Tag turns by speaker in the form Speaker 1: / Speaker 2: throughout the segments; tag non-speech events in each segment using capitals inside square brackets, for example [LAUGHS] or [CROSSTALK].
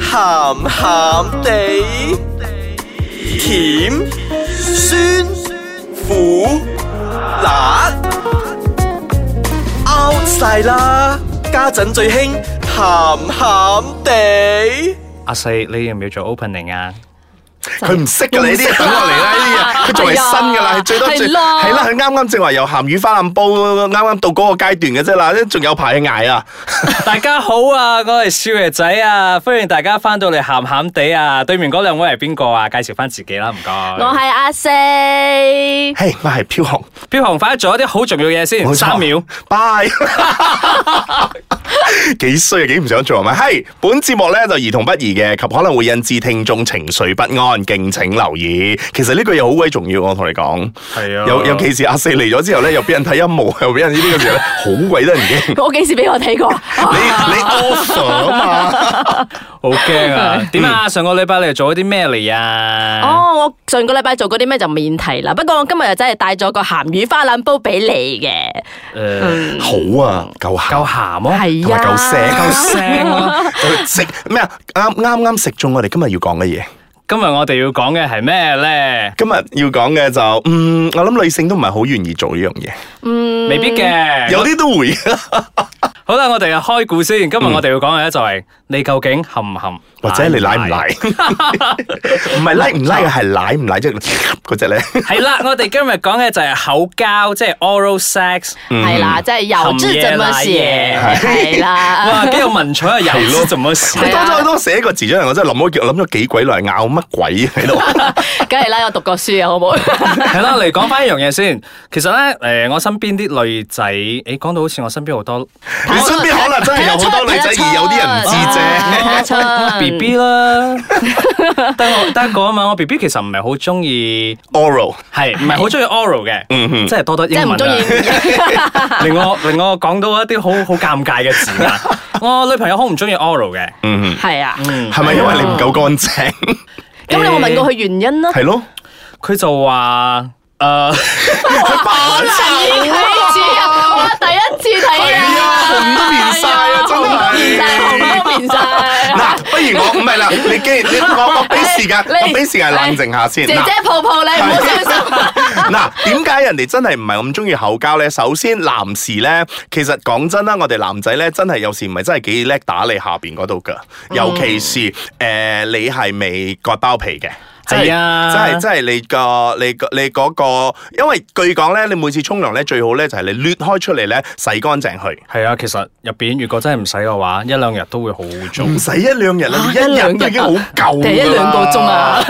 Speaker 1: 鹹鹹地，甜酸苦辣 out 晒啦！家陣最興鹹鹹地。
Speaker 2: 阿四，你要唔要做 opening 啊？
Speaker 3: 佢唔識㗎你呢啲等落嚟啦呢啲嘢，佢仲係新㗎啦，佢最多最
Speaker 4: 係啦
Speaker 3: 係啦，佢啱啱正話由鹹魚翻暗煲，啱啱到嗰個階段嘅啫啦，仲有排去捱啊！
Speaker 2: [LAUGHS] 大家好啊，我係少爺仔啊，歡迎大家翻到嚟鹹鹹地啊！對面嗰兩位係邊個啊？介紹翻自己啦，唔該。
Speaker 4: 我係阿
Speaker 3: [LAUGHS]
Speaker 4: 四，係
Speaker 3: 嘿，我係飄紅，
Speaker 2: 飄紅快啲做一啲好重要嘅嘢先，
Speaker 3: 冇錯
Speaker 2: 三秒。
Speaker 3: 拜。 [LAUGHS] 幾衰啊！幾唔想做係咪？係本節目咧就兒童不宜嘅，及可能會引致聽眾情緒不安，敬請留意。其實呢句嘢好鬼重要，我同你講。
Speaker 2: 係啊
Speaker 3: 尤尤其是阿四嚟咗之後咧，又俾人睇陰毛，又俾人呢啲嘅時候咧，好鬼得人驚。
Speaker 4: 我幾時俾我睇
Speaker 3: [LAUGHS]
Speaker 4: 過？
Speaker 3: 你你 offer 啊嘛？
Speaker 2: 好 [LAUGHS] 驚啊！點啊？上個禮拜你又做咗啲咩嚟啊？
Speaker 4: 哦，我上個禮拜做嗰啲咩就免提啦。不過我今日又真係帶咗個鹹魚花腩煲俾你嘅，
Speaker 2: 誒，
Speaker 3: 好啊，夠
Speaker 2: 夠鹹
Speaker 3: 鹹，
Speaker 2: 咯，
Speaker 4: 係
Speaker 3: 同埋
Speaker 4: 啊，
Speaker 3: 夠腥 [LAUGHS]
Speaker 2: 夠腥
Speaker 4: [LAUGHS]
Speaker 2: 咯。
Speaker 3: 食咩啊？啱啱啱食中我哋今日要講嘅嘢。
Speaker 2: 今日我哋要講嘅係咩咧？
Speaker 3: 今日要講嘅就，嗯，我諗女性都唔係好願意做呢樣嘢，
Speaker 2: 未必嘅。
Speaker 3: 有啲都
Speaker 4: [LAUGHS]
Speaker 3: 會。
Speaker 2: 好啦，我哋開估先。今日我哋要講嘅咧就係你究竟含唔含，
Speaker 3: 或者你奶唔奶？？ [LAUGHS] 唔係
Speaker 4: [LAUGHS]
Speaker 3: 奶唔奶嘅係奶唔奶即係嗰只咧。
Speaker 2: 係啦，我哋今日講嘅就係口交，即係 oral sex。
Speaker 4: 係啦，即係油脂怎麼寫？
Speaker 2: 含
Speaker 3: [LAUGHS]
Speaker 4: 係
Speaker 2: 哇，
Speaker 4: 啦，
Speaker 2: 幾有文采啊！油脂怎麼寫？
Speaker 3: 佢
Speaker 4: 係
Speaker 3: 當
Speaker 4: 啊
Speaker 3: 初好多寫個字出嚟，我真係諗咗諗咗幾鬼耐，咬乜鬼喺
Speaker 4: [LAUGHS]
Speaker 3: 度？
Speaker 4: 梗係啦，我讀過書啊，好冇？
Speaker 2: 係啦，嚟講翻一樣嘢先。其實咧，誒、我身邊啲女仔，誒、講到好似我身邊好多
Speaker 3: 你身邊可能真係有好多女仔，而有啲人唔知啫。
Speaker 4: 睇得出
Speaker 2: [LAUGHS] B B 啦，得我得一個啊嘛。我 B B 其實唔係好中意，
Speaker 3: Oral，
Speaker 2: 係唔係好中意 oral 嘅，
Speaker 3: 嗯
Speaker 2: 即係多得
Speaker 4: 即係
Speaker 2: 英
Speaker 4: 唔
Speaker 2: 文
Speaker 4: 中意
Speaker 2: 啦。 [LAUGHS] 令我令我講到一啲好好尷尬嘅字
Speaker 4: [LAUGHS]
Speaker 2: 眼。我女朋友好唔中意 oral 嘅，
Speaker 3: 嗯，
Speaker 4: 係啊。
Speaker 3: 係咪因為你唔夠乾淨？
Speaker 4: 咁你有冇問過佢原因啦？
Speaker 3: 係
Speaker 4: [LAUGHS]
Speaker 3: 咯，
Speaker 2: 佢就話誒。
Speaker 3: 佢扮
Speaker 4: 第一次啊，我第一次睇
Speaker 3: 係
Speaker 4: 啊，
Speaker 3: 啊，紅都面晒啊，真
Speaker 4: 面晒
Speaker 3: 係。
Speaker 4: 紅都面晒。
Speaker 3: 嗱，不如我唔係
Speaker 4: [LAUGHS]
Speaker 3: 啦，你既然你我我俾時間，
Speaker 4: 啊你
Speaker 3: 我俾時間冷靜下先。
Speaker 4: 姐
Speaker 3: 嗱
Speaker 4: 姐抱抱你，唔好傷心。
Speaker 3: 嗱，點解人哋真係唔係咁中意口交咧？首先，男士咧，其實講真啦，我哋男仔咧，真係有時唔係真係幾叻打你下邊嗰度噶，
Speaker 4: 嗯
Speaker 3: 尤其是誒、呃你係未割包皮嘅。即係
Speaker 2: 係啊
Speaker 3: 即係即係你個你個你嗰、個，因為據講咧，你每次沖涼咧最好咧就係你掠開出嚟咧洗乾淨
Speaker 4: 嗯
Speaker 3: 佢，
Speaker 2: 係啊，其實入邊如果真係唔使嘅話，一兩日都會好污糟。
Speaker 3: 唔使一兩日啦，
Speaker 4: 啊
Speaker 3: 你一日都已經好夠㗎啦
Speaker 4: 第一兩個鐘啊！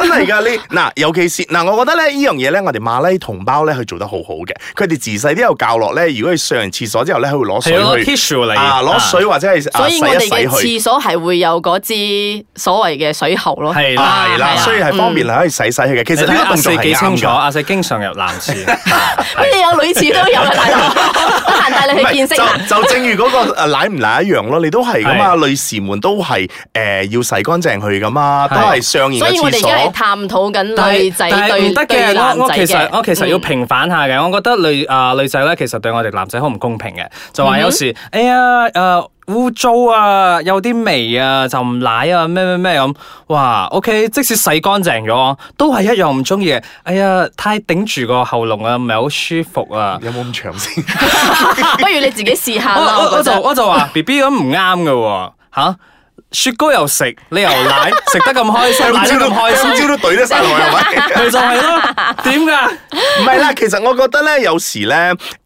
Speaker 3: 真係㗎，你嗱，尤其是嗱，我覺得咧呢樣嘢咧，我哋馬拉同胞咧，佢做得好好嘅。佢哋自細都有教落咧，如果佢上完廁所之後咧，佢會攞
Speaker 2: 係攞
Speaker 3: 水去
Speaker 2: tissue 嚟
Speaker 3: 啊，攞水或者係啊
Speaker 4: 所以我哋嘅
Speaker 3: 洗一洗佢。
Speaker 4: 廁所係會有嗰支所謂嘅水喉咯。
Speaker 2: 係啦。
Speaker 3: 係啦，
Speaker 4: 係啊
Speaker 3: 所以係方便係可以洗洗佢嘅。其實
Speaker 2: 你
Speaker 3: 呢
Speaker 2: 睇
Speaker 3: 個
Speaker 2: 阿
Speaker 3: 動
Speaker 2: 四
Speaker 3: 作
Speaker 2: 幾
Speaker 3: 係
Speaker 2: 清
Speaker 3: 啱
Speaker 2: 楚，
Speaker 3: 㗎。
Speaker 2: 阿四經常入男廁，
Speaker 3: [LAUGHS]
Speaker 4: [LAUGHS] 乜嘢有女廁都有啦，
Speaker 2: [LAUGHS]
Speaker 4: 大佬，得閒帶你去見識
Speaker 3: 就
Speaker 4: 下。
Speaker 3: 就正如嗰個誒奶唔奶一樣咯，你都係噶嘛，女士們都係誒要洗乾淨佢噶嘛，
Speaker 2: 係
Speaker 3: 都係上完
Speaker 4: 所
Speaker 3: 嘅
Speaker 4: 以我
Speaker 3: 廁
Speaker 4: 哋而家係
Speaker 3: 所。
Speaker 4: 探討緊
Speaker 2: 但係
Speaker 4: 女仔
Speaker 2: 但係
Speaker 4: 對
Speaker 2: 唔得
Speaker 4: 對
Speaker 2: 嘅。
Speaker 4: 男
Speaker 2: 我我
Speaker 4: 仔
Speaker 2: 其實我其實要
Speaker 4: 嗯
Speaker 2: 平反下嘅，我覺得女啊女仔咧，其實對我哋男仔好唔公平嘅，就
Speaker 4: 嗯
Speaker 2: 話有時哎呀誒污糟啊，有啲味啊，就唔奶啊，咩咩咩咁。哇，OK，即使洗乾淨咗，都係一樣唔中意嘅。哎呀，太頂住個喉嚨啊，唔係好舒服啊。
Speaker 3: 有冇咁長先？
Speaker 4: 不如你自己試下
Speaker 2: 我
Speaker 4: 啦。
Speaker 2: 我
Speaker 4: 我
Speaker 2: 我
Speaker 4: 覺
Speaker 2: 就
Speaker 4: 得
Speaker 2: 我就話 [LAUGHS] B B 咁唔啱嘅喎嚇，雪糕又食，你又
Speaker 4: [LAUGHS]
Speaker 2: 奶，食得咁開心，
Speaker 3: 今
Speaker 2: 奶得
Speaker 3: 朝都
Speaker 2: 咁開
Speaker 3: 今
Speaker 2: 心，
Speaker 3: 朝都懟得晒落去係咪？
Speaker 2: 佢就係
Speaker 4: [LAUGHS]
Speaker 2: 咯，點㗎？
Speaker 3: 唔係啦， [LAUGHS] 其實我覺得咧，有時咧，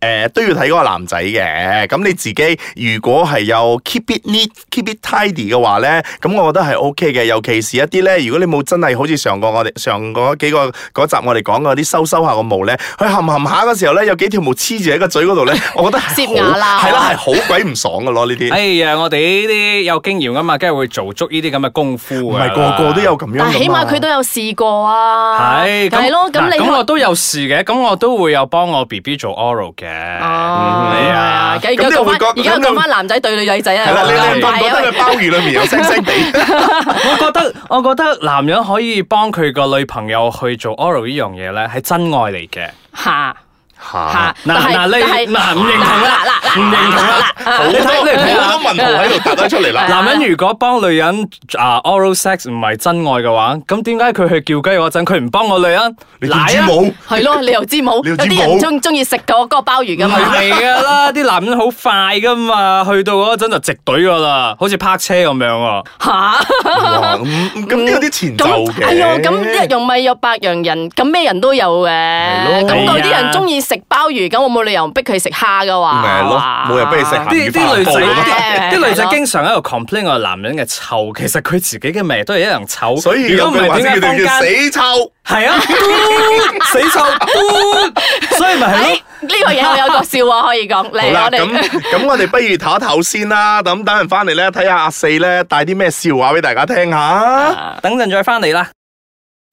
Speaker 3: 誒、都要睇嗰個男仔嘅。咁你自己如果係有 keep it neat、keep it tidy 嘅話咧，咁我覺得係 OK 嘅。尤其是一啲咧，如果你冇真係好似上過我哋上過幾個嗰集我哋講嗰啲收收下個毛咧，佢含含下嘅時候咧，有幾條毛黐住喺個嘴嗰度
Speaker 4: [LAUGHS]
Speaker 3: 咧，我覺得係
Speaker 4: 攝牙啦
Speaker 3: 好係啦，係好鬼唔爽嘅咯呢
Speaker 2: [LAUGHS]
Speaker 3: 啲。
Speaker 2: 哎呀，我哋呢啲有經驗噶嘛，梗係會做足呢啲咁嘅功夫
Speaker 3: 唔
Speaker 2: 㗎啦
Speaker 3: 係個個都有。咁樣㗎嘛
Speaker 4: 但係起碼佢都有試過啊。
Speaker 2: 係
Speaker 4: 係咯，咁
Speaker 2: 嗱
Speaker 4: 你
Speaker 2: 咁我都有試嘅，咁我都會有幫我 B B 做 oral 嘅。
Speaker 4: 哦，
Speaker 2: 係
Speaker 4: 係
Speaker 2: 啊
Speaker 4: 啊，而家
Speaker 3: 咁你
Speaker 4: 講
Speaker 3: 會覺
Speaker 4: 翻，而家
Speaker 3: 咁你
Speaker 4: 講翻男仔對女仔啊，
Speaker 3: 係啦，你
Speaker 2: 係
Speaker 3: 你覺唔覺得佢鮑魚裏面有腥腥地？
Speaker 2: 我覺得我覺得男人可以幫佢個女朋友去做 oral 呢樣嘢咧，係真愛嚟嘅。
Speaker 4: 嚇
Speaker 3: 吓
Speaker 4: [LAUGHS] 嚇，
Speaker 2: 嗱
Speaker 4: 但係
Speaker 2: 嗱呢
Speaker 4: 但係
Speaker 2: 嗱唔認同啦
Speaker 4: 嗱嗱嗱
Speaker 2: 唔認同啦
Speaker 4: 嗱嗱
Speaker 3: 好
Speaker 2: 你睇
Speaker 3: 多
Speaker 2: 你睇下
Speaker 3: 好多文圖喺度突咗出嚟
Speaker 4: [LAUGHS]
Speaker 3: 啦。
Speaker 4: 啊
Speaker 2: 男人如果幫女人啊 oral sex 唔係真愛嘅話，咁點解佢去叫雞嗰陣佢唔幫我女人？
Speaker 3: 你
Speaker 2: 奶
Speaker 3: 點知
Speaker 2: 啊！
Speaker 4: [LAUGHS]
Speaker 3: 冇？
Speaker 4: 係
Speaker 3: [LAUGHS]
Speaker 4: 咯，你又知冇？
Speaker 3: 你又
Speaker 4: 有
Speaker 3: 知
Speaker 4: 啲
Speaker 3: 冇
Speaker 4: 人中中意食嗰嗰個鮑魚噶
Speaker 2: 唔
Speaker 4: 嘛？
Speaker 2: 係噶啦，
Speaker 3: [LAUGHS]
Speaker 2: 啲男人好快噶嘛，去到嗰陣就直隊噶啦，好似泊車咁樣喎。
Speaker 4: 吓
Speaker 3: 哇咁咁都有啲前奏
Speaker 4: 嗯咁
Speaker 3: 嘅。
Speaker 4: 係喎，咁一樣米有百樣人，咁咩人都有嘅。
Speaker 3: 係咯
Speaker 4: 咁嗰啲
Speaker 2: 係啊
Speaker 4: 人中意食鮑魚，咁我冇理由逼佢食蝦噶話。
Speaker 3: 咪係咯冇人逼你食鹹
Speaker 2: 啲啲女仔，
Speaker 3: 魚飯煲
Speaker 4: 咁
Speaker 2: 啲
Speaker 4: 啊
Speaker 2: 啲女仔
Speaker 4: 係咯
Speaker 2: 經常喺度 complain 我男人嘅臭，其實佢自己嘅味都係一樣臭。
Speaker 3: 所以
Speaker 2: 如
Speaker 3: 有
Speaker 2: 果唔
Speaker 3: 句話
Speaker 2: 係點
Speaker 3: 先
Speaker 2: 解
Speaker 3: 叫
Speaker 2: 坊
Speaker 3: 做
Speaker 2: 間
Speaker 3: 叫死臭。
Speaker 2: 係
Speaker 3: [LAUGHS]
Speaker 2: 啊，嘟死臭，
Speaker 4: [LAUGHS]
Speaker 2: 嘟所以咪係
Speaker 4: 哎
Speaker 2: 咯。
Speaker 4: 呢個嘢我有個笑話可以講，
Speaker 3: [LAUGHS]
Speaker 4: 嚟啊
Speaker 3: 好啦，
Speaker 4: 我
Speaker 3: 咁
Speaker 4: 哋。
Speaker 3: 咁我哋不如唞一唞先啦。咁等陣翻嚟咧，睇下阿四咧帶啲咩笑話俾大家聽下。
Speaker 4: 啊
Speaker 2: 等陣再翻嚟啦。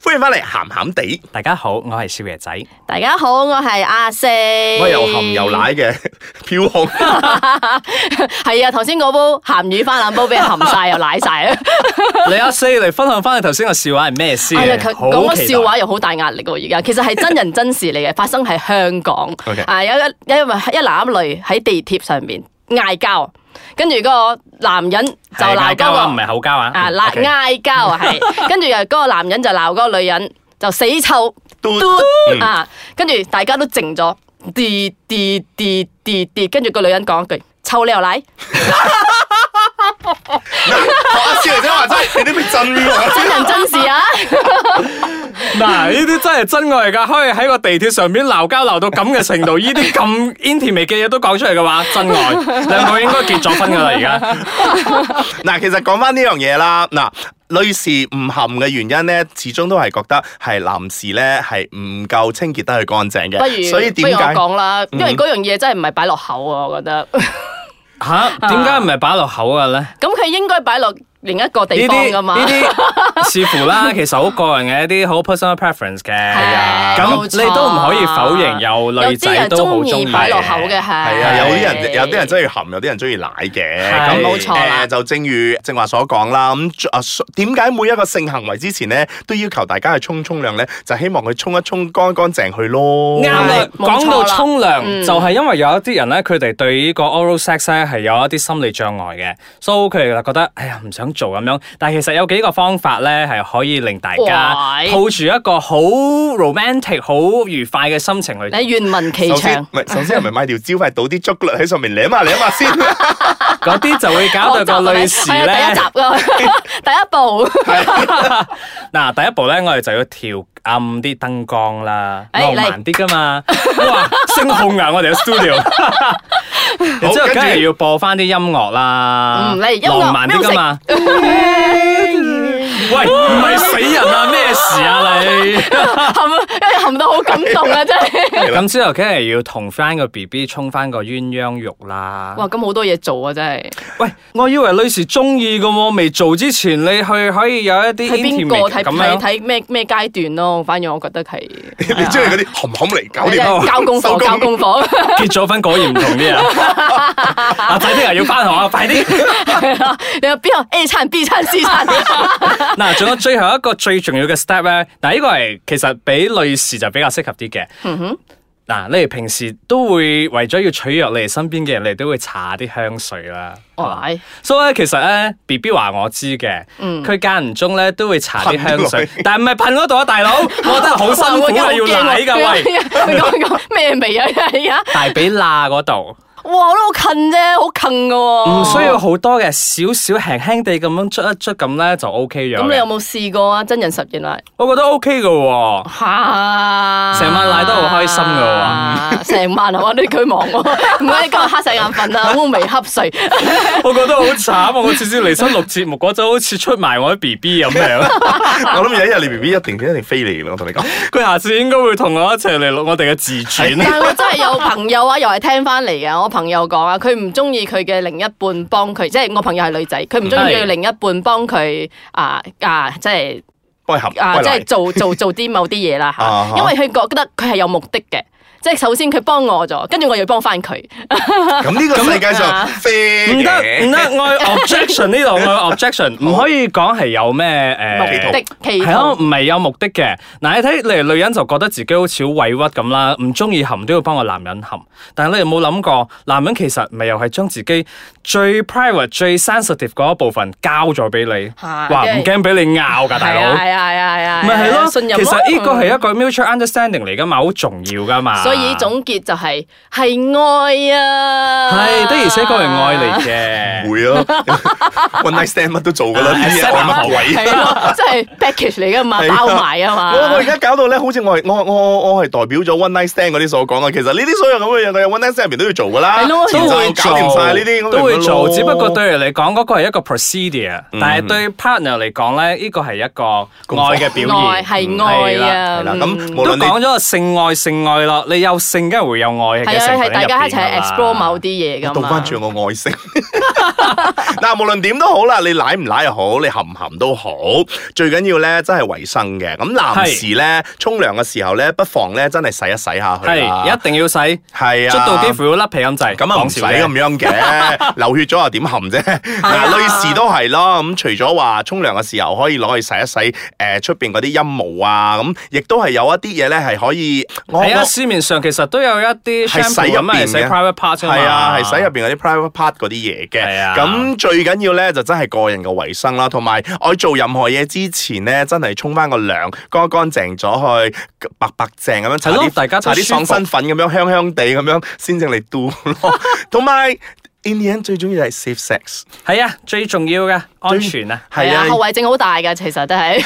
Speaker 3: 歡迎翻嚟，鹹鹹地，
Speaker 2: 大家好，我係少爺仔。
Speaker 4: 大家好，我係阿四。
Speaker 3: 我係又含又奶嘅 [LAUGHS] 飄紅。
Speaker 4: [LAUGHS] 係啊，頭先嗰煲鹹魚花腩煲俾人含晒又奶晒啊！ [LAUGHS]
Speaker 2: 你阿四嚟分享翻你頭先個笑話係咩先？
Speaker 4: 哎呀，佢
Speaker 2: 好
Speaker 4: 講個
Speaker 2: 期待
Speaker 4: 笑話又好大壓力喎！而家其實係真人真事嚟嘅，發生喺香
Speaker 2: [LAUGHS]
Speaker 4: 港。
Speaker 3: OK
Speaker 4: 啊，有一因為一男一女喺地鐵上面嗌交，跟住嗰個男人就
Speaker 2: 係
Speaker 4: 鬧
Speaker 2: 嗌交
Speaker 4: 嗰
Speaker 2: 啊，唔
Speaker 4: 個
Speaker 2: 係口交啊。
Speaker 4: 啊，鬧
Speaker 2: OK
Speaker 4: 嗌交啊，
Speaker 2: [LAUGHS]
Speaker 4: 係跟住又嗰個男人就鬧嗰個女人就死臭
Speaker 3: 嘟
Speaker 4: 嘟
Speaker 2: 嗯
Speaker 4: 啊，跟住大家都靜咗，跌跌跌跌跌，跟住個女人講一句臭你又
Speaker 2: [LAUGHS]
Speaker 4: 奶。
Speaker 3: 阿少爺仔話齋，你都未震
Speaker 4: 真
Speaker 3: 喎。
Speaker 4: 人真
Speaker 2: [LAUGHS]
Speaker 4: 事啊！
Speaker 2: 嗱，呢啲真係真愛噶，可以喺個地鐵上邊鬧交鬧到咁嘅
Speaker 4: [LAUGHS]
Speaker 2: 程度，呢啲咁 intimate 嘅嘢都講出嚟嘅話，真愛，兩個應該結咗婚噶啦，而家
Speaker 3: 嗱，其實講翻呢樣嘢啦，嗱。女士唔含嘅原因咧，始終都係覺得係男士咧係唔夠清潔得去乾淨
Speaker 4: 不如
Speaker 3: 嘅，所以
Speaker 4: 不如
Speaker 3: 點
Speaker 4: 我
Speaker 3: 解？
Speaker 4: 講啦，
Speaker 2: 嗯
Speaker 4: 因為嗰樣嘢真係唔係擺落口啊，我覺得。
Speaker 2: 吓，點解唔係擺落口嘅咧？
Speaker 4: 咁佢應該擺落另一個地
Speaker 2: 呢
Speaker 4: 方噶
Speaker 2: 啲
Speaker 4: 嘛。 [LAUGHS]
Speaker 2: 呢啲視乎啦，其實好個人嘅一啲好 personal preference 嘅，係
Speaker 4: 啊
Speaker 2: 咁
Speaker 4: 冇
Speaker 2: 你
Speaker 4: 錯
Speaker 2: 都唔可以否認有女仔都好中
Speaker 4: 有啲人鍾
Speaker 2: 意
Speaker 4: 意擺落口嘅係。
Speaker 3: 係啊，有啲人有啲人中意含，有啲人中意奶嘅。
Speaker 2: 係
Speaker 3: 咁
Speaker 2: 冇
Speaker 4: 錯啦
Speaker 3: 誒就正如正話所講啦。咁啊，所點解每一個性行為之前咧，都要求大家去沖沖涼咧？就希望佢沖一沖乾乾淨去咯。
Speaker 2: 啱啦，
Speaker 4: 冇錯啦
Speaker 2: 講到沖涼
Speaker 4: 嗯
Speaker 2: 就係因為有一啲人咧，佢哋對呢個 oral sex 咧係有一啲心理障礙嘅，所以佢哋就覺得哎呀唔想做咁樣。但係其實有幾個方法咧係可以令大家
Speaker 4: 喂
Speaker 2: 抱住一個好 romantic、好愉快嘅心情去。
Speaker 4: 你願聞其
Speaker 3: 首先，
Speaker 4: 詳
Speaker 3: 唔。係首先係咪買條蕉塊倒啲竹律喺上面舐下舐下
Speaker 4: [LAUGHS]
Speaker 3: 先？
Speaker 2: 嗰啲就會搞到個女士
Speaker 4: 係啊第一
Speaker 2: 咧
Speaker 4: 集。噶，第一
Speaker 2: [LAUGHS]
Speaker 4: 步。
Speaker 2: 嗱，第一步咧，我哋就要調暗啲燈光啦，
Speaker 4: 哎
Speaker 2: 浪漫啲噶嘛。哇，聲控啊！我哋嘅
Speaker 4: [LAUGHS]
Speaker 2: studio，然之後
Speaker 3: 跟住
Speaker 2: 梗係要播翻啲音樂啦，
Speaker 4: 嗯嚟音樂
Speaker 2: 浪漫啲噶嘛。喂，
Speaker 3: 嗯
Speaker 2: 唔係死人啊，咩事
Speaker 3: [LAUGHS]
Speaker 2: 啊你？
Speaker 4: 含，啊因為含到好感動啊，真
Speaker 2: [LAUGHS]
Speaker 4: 係。
Speaker 2: 咁之後梗係要同翻個 B B 沖翻個鴛鴦浴啦。
Speaker 4: 哇，咁好多嘢做啊，真係。
Speaker 2: 喂，我以為女士中意噶喎，未做之前你去可以有一啲
Speaker 4: 睇邊個
Speaker 2: intimate
Speaker 4: 睇
Speaker 2: 咁
Speaker 4: 睇
Speaker 2: 樣。
Speaker 4: 睇咩咩階段咯？反而我覺得
Speaker 3: [LAUGHS]
Speaker 4: 係。啊
Speaker 3: 你中意嗰啲含含嚟搞掂咯。
Speaker 4: 交功
Speaker 3: 收
Speaker 4: 課，
Speaker 3: 工
Speaker 4: 交功課。 [LAUGHS]
Speaker 2: 結咗婚果然唔同啲啊！阿仔聽日要翻學啊，快啲！
Speaker 4: 你話邊個 A 餐 B 餐
Speaker 2: [LAUGHS]
Speaker 4: C 餐？
Speaker 2: 嗱，仲有最後一個最重要嘅 step 咧，嗱，呢個係其實俾女士就比較適合啲嘅。嗱，你哋平時都會為咗要取悦你哋身邊嘅人，你哋都會搽啲香水啦。
Speaker 4: 哦，係
Speaker 2: 所以咧，其實咧，B B 話我知嘅，佢間唔中咧都會搽啲香
Speaker 3: 噴落
Speaker 2: 水
Speaker 3: 去，
Speaker 2: 但唔係噴嗰度啊，大佬，我覺得好辛
Speaker 4: [LAUGHS]
Speaker 2: 苦啊，要奶噶喂，
Speaker 4: 你講講咩味啊？而家
Speaker 2: 大髀罅嗰度。
Speaker 4: 哇，我都好近啫，好近噶喎。
Speaker 2: 唔需要好多嘅，少少輕輕地咁樣捽一捽咁咧就 O K 咗嘅。
Speaker 4: 咁你有冇試過啊？真人實驗啦，
Speaker 2: 我覺得 O K 嘅喎。
Speaker 4: 嚇！
Speaker 2: 成晚賴得好開心㗎喎
Speaker 4: [LAUGHS] 成晚啊，我啲佢忙喎，
Speaker 2: [LAUGHS]
Speaker 4: 唔該你今日黑晒眼瞓啦，烏眉瞌睡。
Speaker 2: 我覺得好慘啊！我次次嚟新錄節目嗰陣，好似出賣我啲 B B 咁 [LAUGHS] 樣。
Speaker 3: [LAUGHS] 我諗有一日你 B B 一定一定飛嚟嘅，我同
Speaker 4: [LAUGHS]
Speaker 3: 你講。
Speaker 2: 佢下次應該會同我一齊嚟錄我哋嘅自傳。
Speaker 4: 但係我真係有朋友啊，又係聽翻嚟嘅。我朋友講啊，佢唔中意佢嘅另一半幫佢，即係我朋友係女仔，佢唔中意佢
Speaker 2: 係
Speaker 4: 另一半幫佢啊啊，即係
Speaker 3: 幫佢含，
Speaker 4: 啊，
Speaker 3: 幫佢
Speaker 4: 即
Speaker 3: 奶
Speaker 2: [LAUGHS]
Speaker 4: 係做做做啲某啲嘢啦
Speaker 3: 啊哈
Speaker 4: 嚇，因為佢覺得佢係有目的嘅。即係首先佢幫我咗，跟住我又要幫翻佢。
Speaker 3: 咁呢個世界上
Speaker 4: 啊
Speaker 2: [LAUGHS]
Speaker 3: fair
Speaker 2: 唔
Speaker 3: 嘅
Speaker 2: 得唔得，我有 objection 呢度，我有 objection，唔 [LAUGHS] 可以講係有咩
Speaker 4: 目
Speaker 2: 誒
Speaker 4: 的企
Speaker 2: 係啊，唔
Speaker 4: 圖，
Speaker 2: 係有目的嘅。嗱，你睇，例如女人就覺得自己好似好委屈咁啦，唔中意含都要幫個男人含。但係你有冇諗過，男人其實咪又係將自己最 private、最 sensitive 嗰一部分交咗俾你，
Speaker 4: 係
Speaker 2: 話唔驚俾你拗㗎，大
Speaker 4: 係啊
Speaker 2: 佬。
Speaker 4: 係啊係啊係啊，
Speaker 2: 咪係咯，
Speaker 4: 信任
Speaker 2: 其實呢個係
Speaker 4: 咯
Speaker 2: 一個 mutual understanding 嚟噶嘛，好重要噶嘛。
Speaker 4: 所以總結就係係愛啊，
Speaker 2: 係的而且確係愛嚟嘅。
Speaker 3: 會啊 [LAUGHS] ，one night stand 乜都做噶啦，呢啲嘢愛乜鬼啊
Speaker 4: [LAUGHS] 啊係咯，即係 package 嚟噶嘛，
Speaker 3: 係啊
Speaker 4: 包埋啊嘛。
Speaker 3: 我我而家搞到咧，好似我係我我我係代表咗 One Night Stand 嗰啲所講啊。其實呢啲所有咁嘅嘢，我有 One Night Stand 入面都要做噶啦，
Speaker 4: 係咯
Speaker 3: 前
Speaker 2: 都
Speaker 3: 奏
Speaker 2: 會
Speaker 3: 搞掂晒呢啲，咁
Speaker 2: 做，
Speaker 3: 咪
Speaker 2: 都會
Speaker 3: 咪
Speaker 2: 做，
Speaker 3: 咯
Speaker 2: 只不過對你嚟講嗰個係一個 procedure，但係對 partner 嚟講咧，呢個係一個愛嘅表
Speaker 4: 愛
Speaker 2: 現。
Speaker 4: 係愛
Speaker 3: 嗯
Speaker 4: 啊，
Speaker 3: 係啦。咁
Speaker 4: 嗯
Speaker 3: 無
Speaker 2: 都
Speaker 3: 論你
Speaker 2: 講咗性愛性愛咯，你有性梗係會有愛嘅
Speaker 4: 係啊，
Speaker 2: 成分
Speaker 4: 係大家
Speaker 2: 喺入邊
Speaker 4: 一
Speaker 2: 㗎
Speaker 4: 齊
Speaker 2: 啦
Speaker 4: explore 某啲嘢
Speaker 2: 啊
Speaker 4: 噶
Speaker 3: 倒
Speaker 4: 嘛。啊
Speaker 3: 翻轉我愛食。 [LAUGHS] 嗱，無論點都好啦，你奶唔奶又好，你含唔含都好，最緊要咧真係衞生嘅。咁男士咧沖涼嘅時候咧，不妨咧真係洗一洗下佢啦。
Speaker 2: 係一定要洗，
Speaker 3: 係啊，
Speaker 2: 捽到幾乎要甩皮咁滯。
Speaker 3: 咁啊唔
Speaker 2: 講
Speaker 3: 使
Speaker 2: 笑啫啊
Speaker 3: 咁
Speaker 2: [LAUGHS]
Speaker 3: 樣嘅，流血咗又點含啫？嗱，女士都係咯。咁除咗話沖涼嘅時候可以攞去洗一洗，誒出邊嗰啲陰毛啊，咁亦都係有一啲嘢咧係可以，我
Speaker 2: 係啊，
Speaker 3: 我
Speaker 2: 市面上其實都有一啲
Speaker 3: 係
Speaker 2: shampoo
Speaker 3: 洗入
Speaker 2: 咁
Speaker 3: 邊
Speaker 2: 係
Speaker 3: 嘅
Speaker 2: 洗 private part 㗎嘛
Speaker 3: 係啊，係洗入邊嗰啲 private part 嗰啲嘢
Speaker 2: 係啊
Speaker 3: 嘅。咁最緊要咧就真係個人嘅衞生啦，同埋我做任何嘢之前咧，真係沖翻個涼，乾乾淨咗去，白白淨咁樣搽
Speaker 2: 係咯
Speaker 3: 啲
Speaker 2: 大家都
Speaker 3: 搽啲爽身粉咁樣，香香地咁樣先正嚟
Speaker 2: [LAUGHS]
Speaker 3: do 咯。同埋 in the end 最重要係 safe sex，
Speaker 2: 係啊，最重要嘅安全啊！
Speaker 4: 係
Speaker 3: 係
Speaker 4: 啊，後
Speaker 3: 啊，
Speaker 4: 遺症好大噶，其實
Speaker 3: [LAUGHS]
Speaker 4: 都係。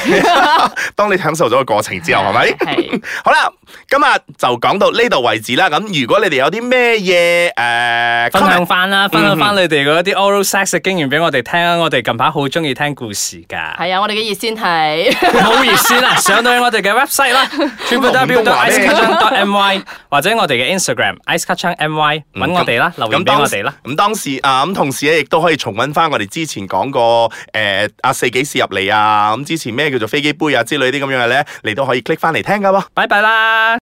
Speaker 3: 當你享受咗個過程之後，係咪？
Speaker 4: 係
Speaker 3: [LAUGHS] 好啦，今日就講到呢度為止啦。咁如果你哋有啲咩嘢誒
Speaker 2: 分享翻
Speaker 3: 嗯
Speaker 2: 啦，分享翻你哋嗰啲 oral sex 嘅經驗俾我哋聽啊！我哋近排好中意聽故事㗎，
Speaker 4: 係啊，我哋嘅熱線係。
Speaker 2: 冇熱線
Speaker 3: [LAUGHS]
Speaker 2: 啊！上到去我哋嘅 website 啦 t r i p l e w
Speaker 3: 廣東話
Speaker 2: i c e
Speaker 3: 咩
Speaker 2: k a c h a n g m y 或者我哋嘅 Instagram i c e k a c h a n g m y 揾我哋啦，留言俾我哋啦。。
Speaker 3: 嗯咁當時啊，咁同時咧，亦都可以重温翻我哋之前講過誒阿四幾時入嚟啊，咁之前咩叫做飛機杯啊之類啲咁樣嘅咧，你都可以 click 翻嚟聽噶喎。
Speaker 2: 拜拜啦！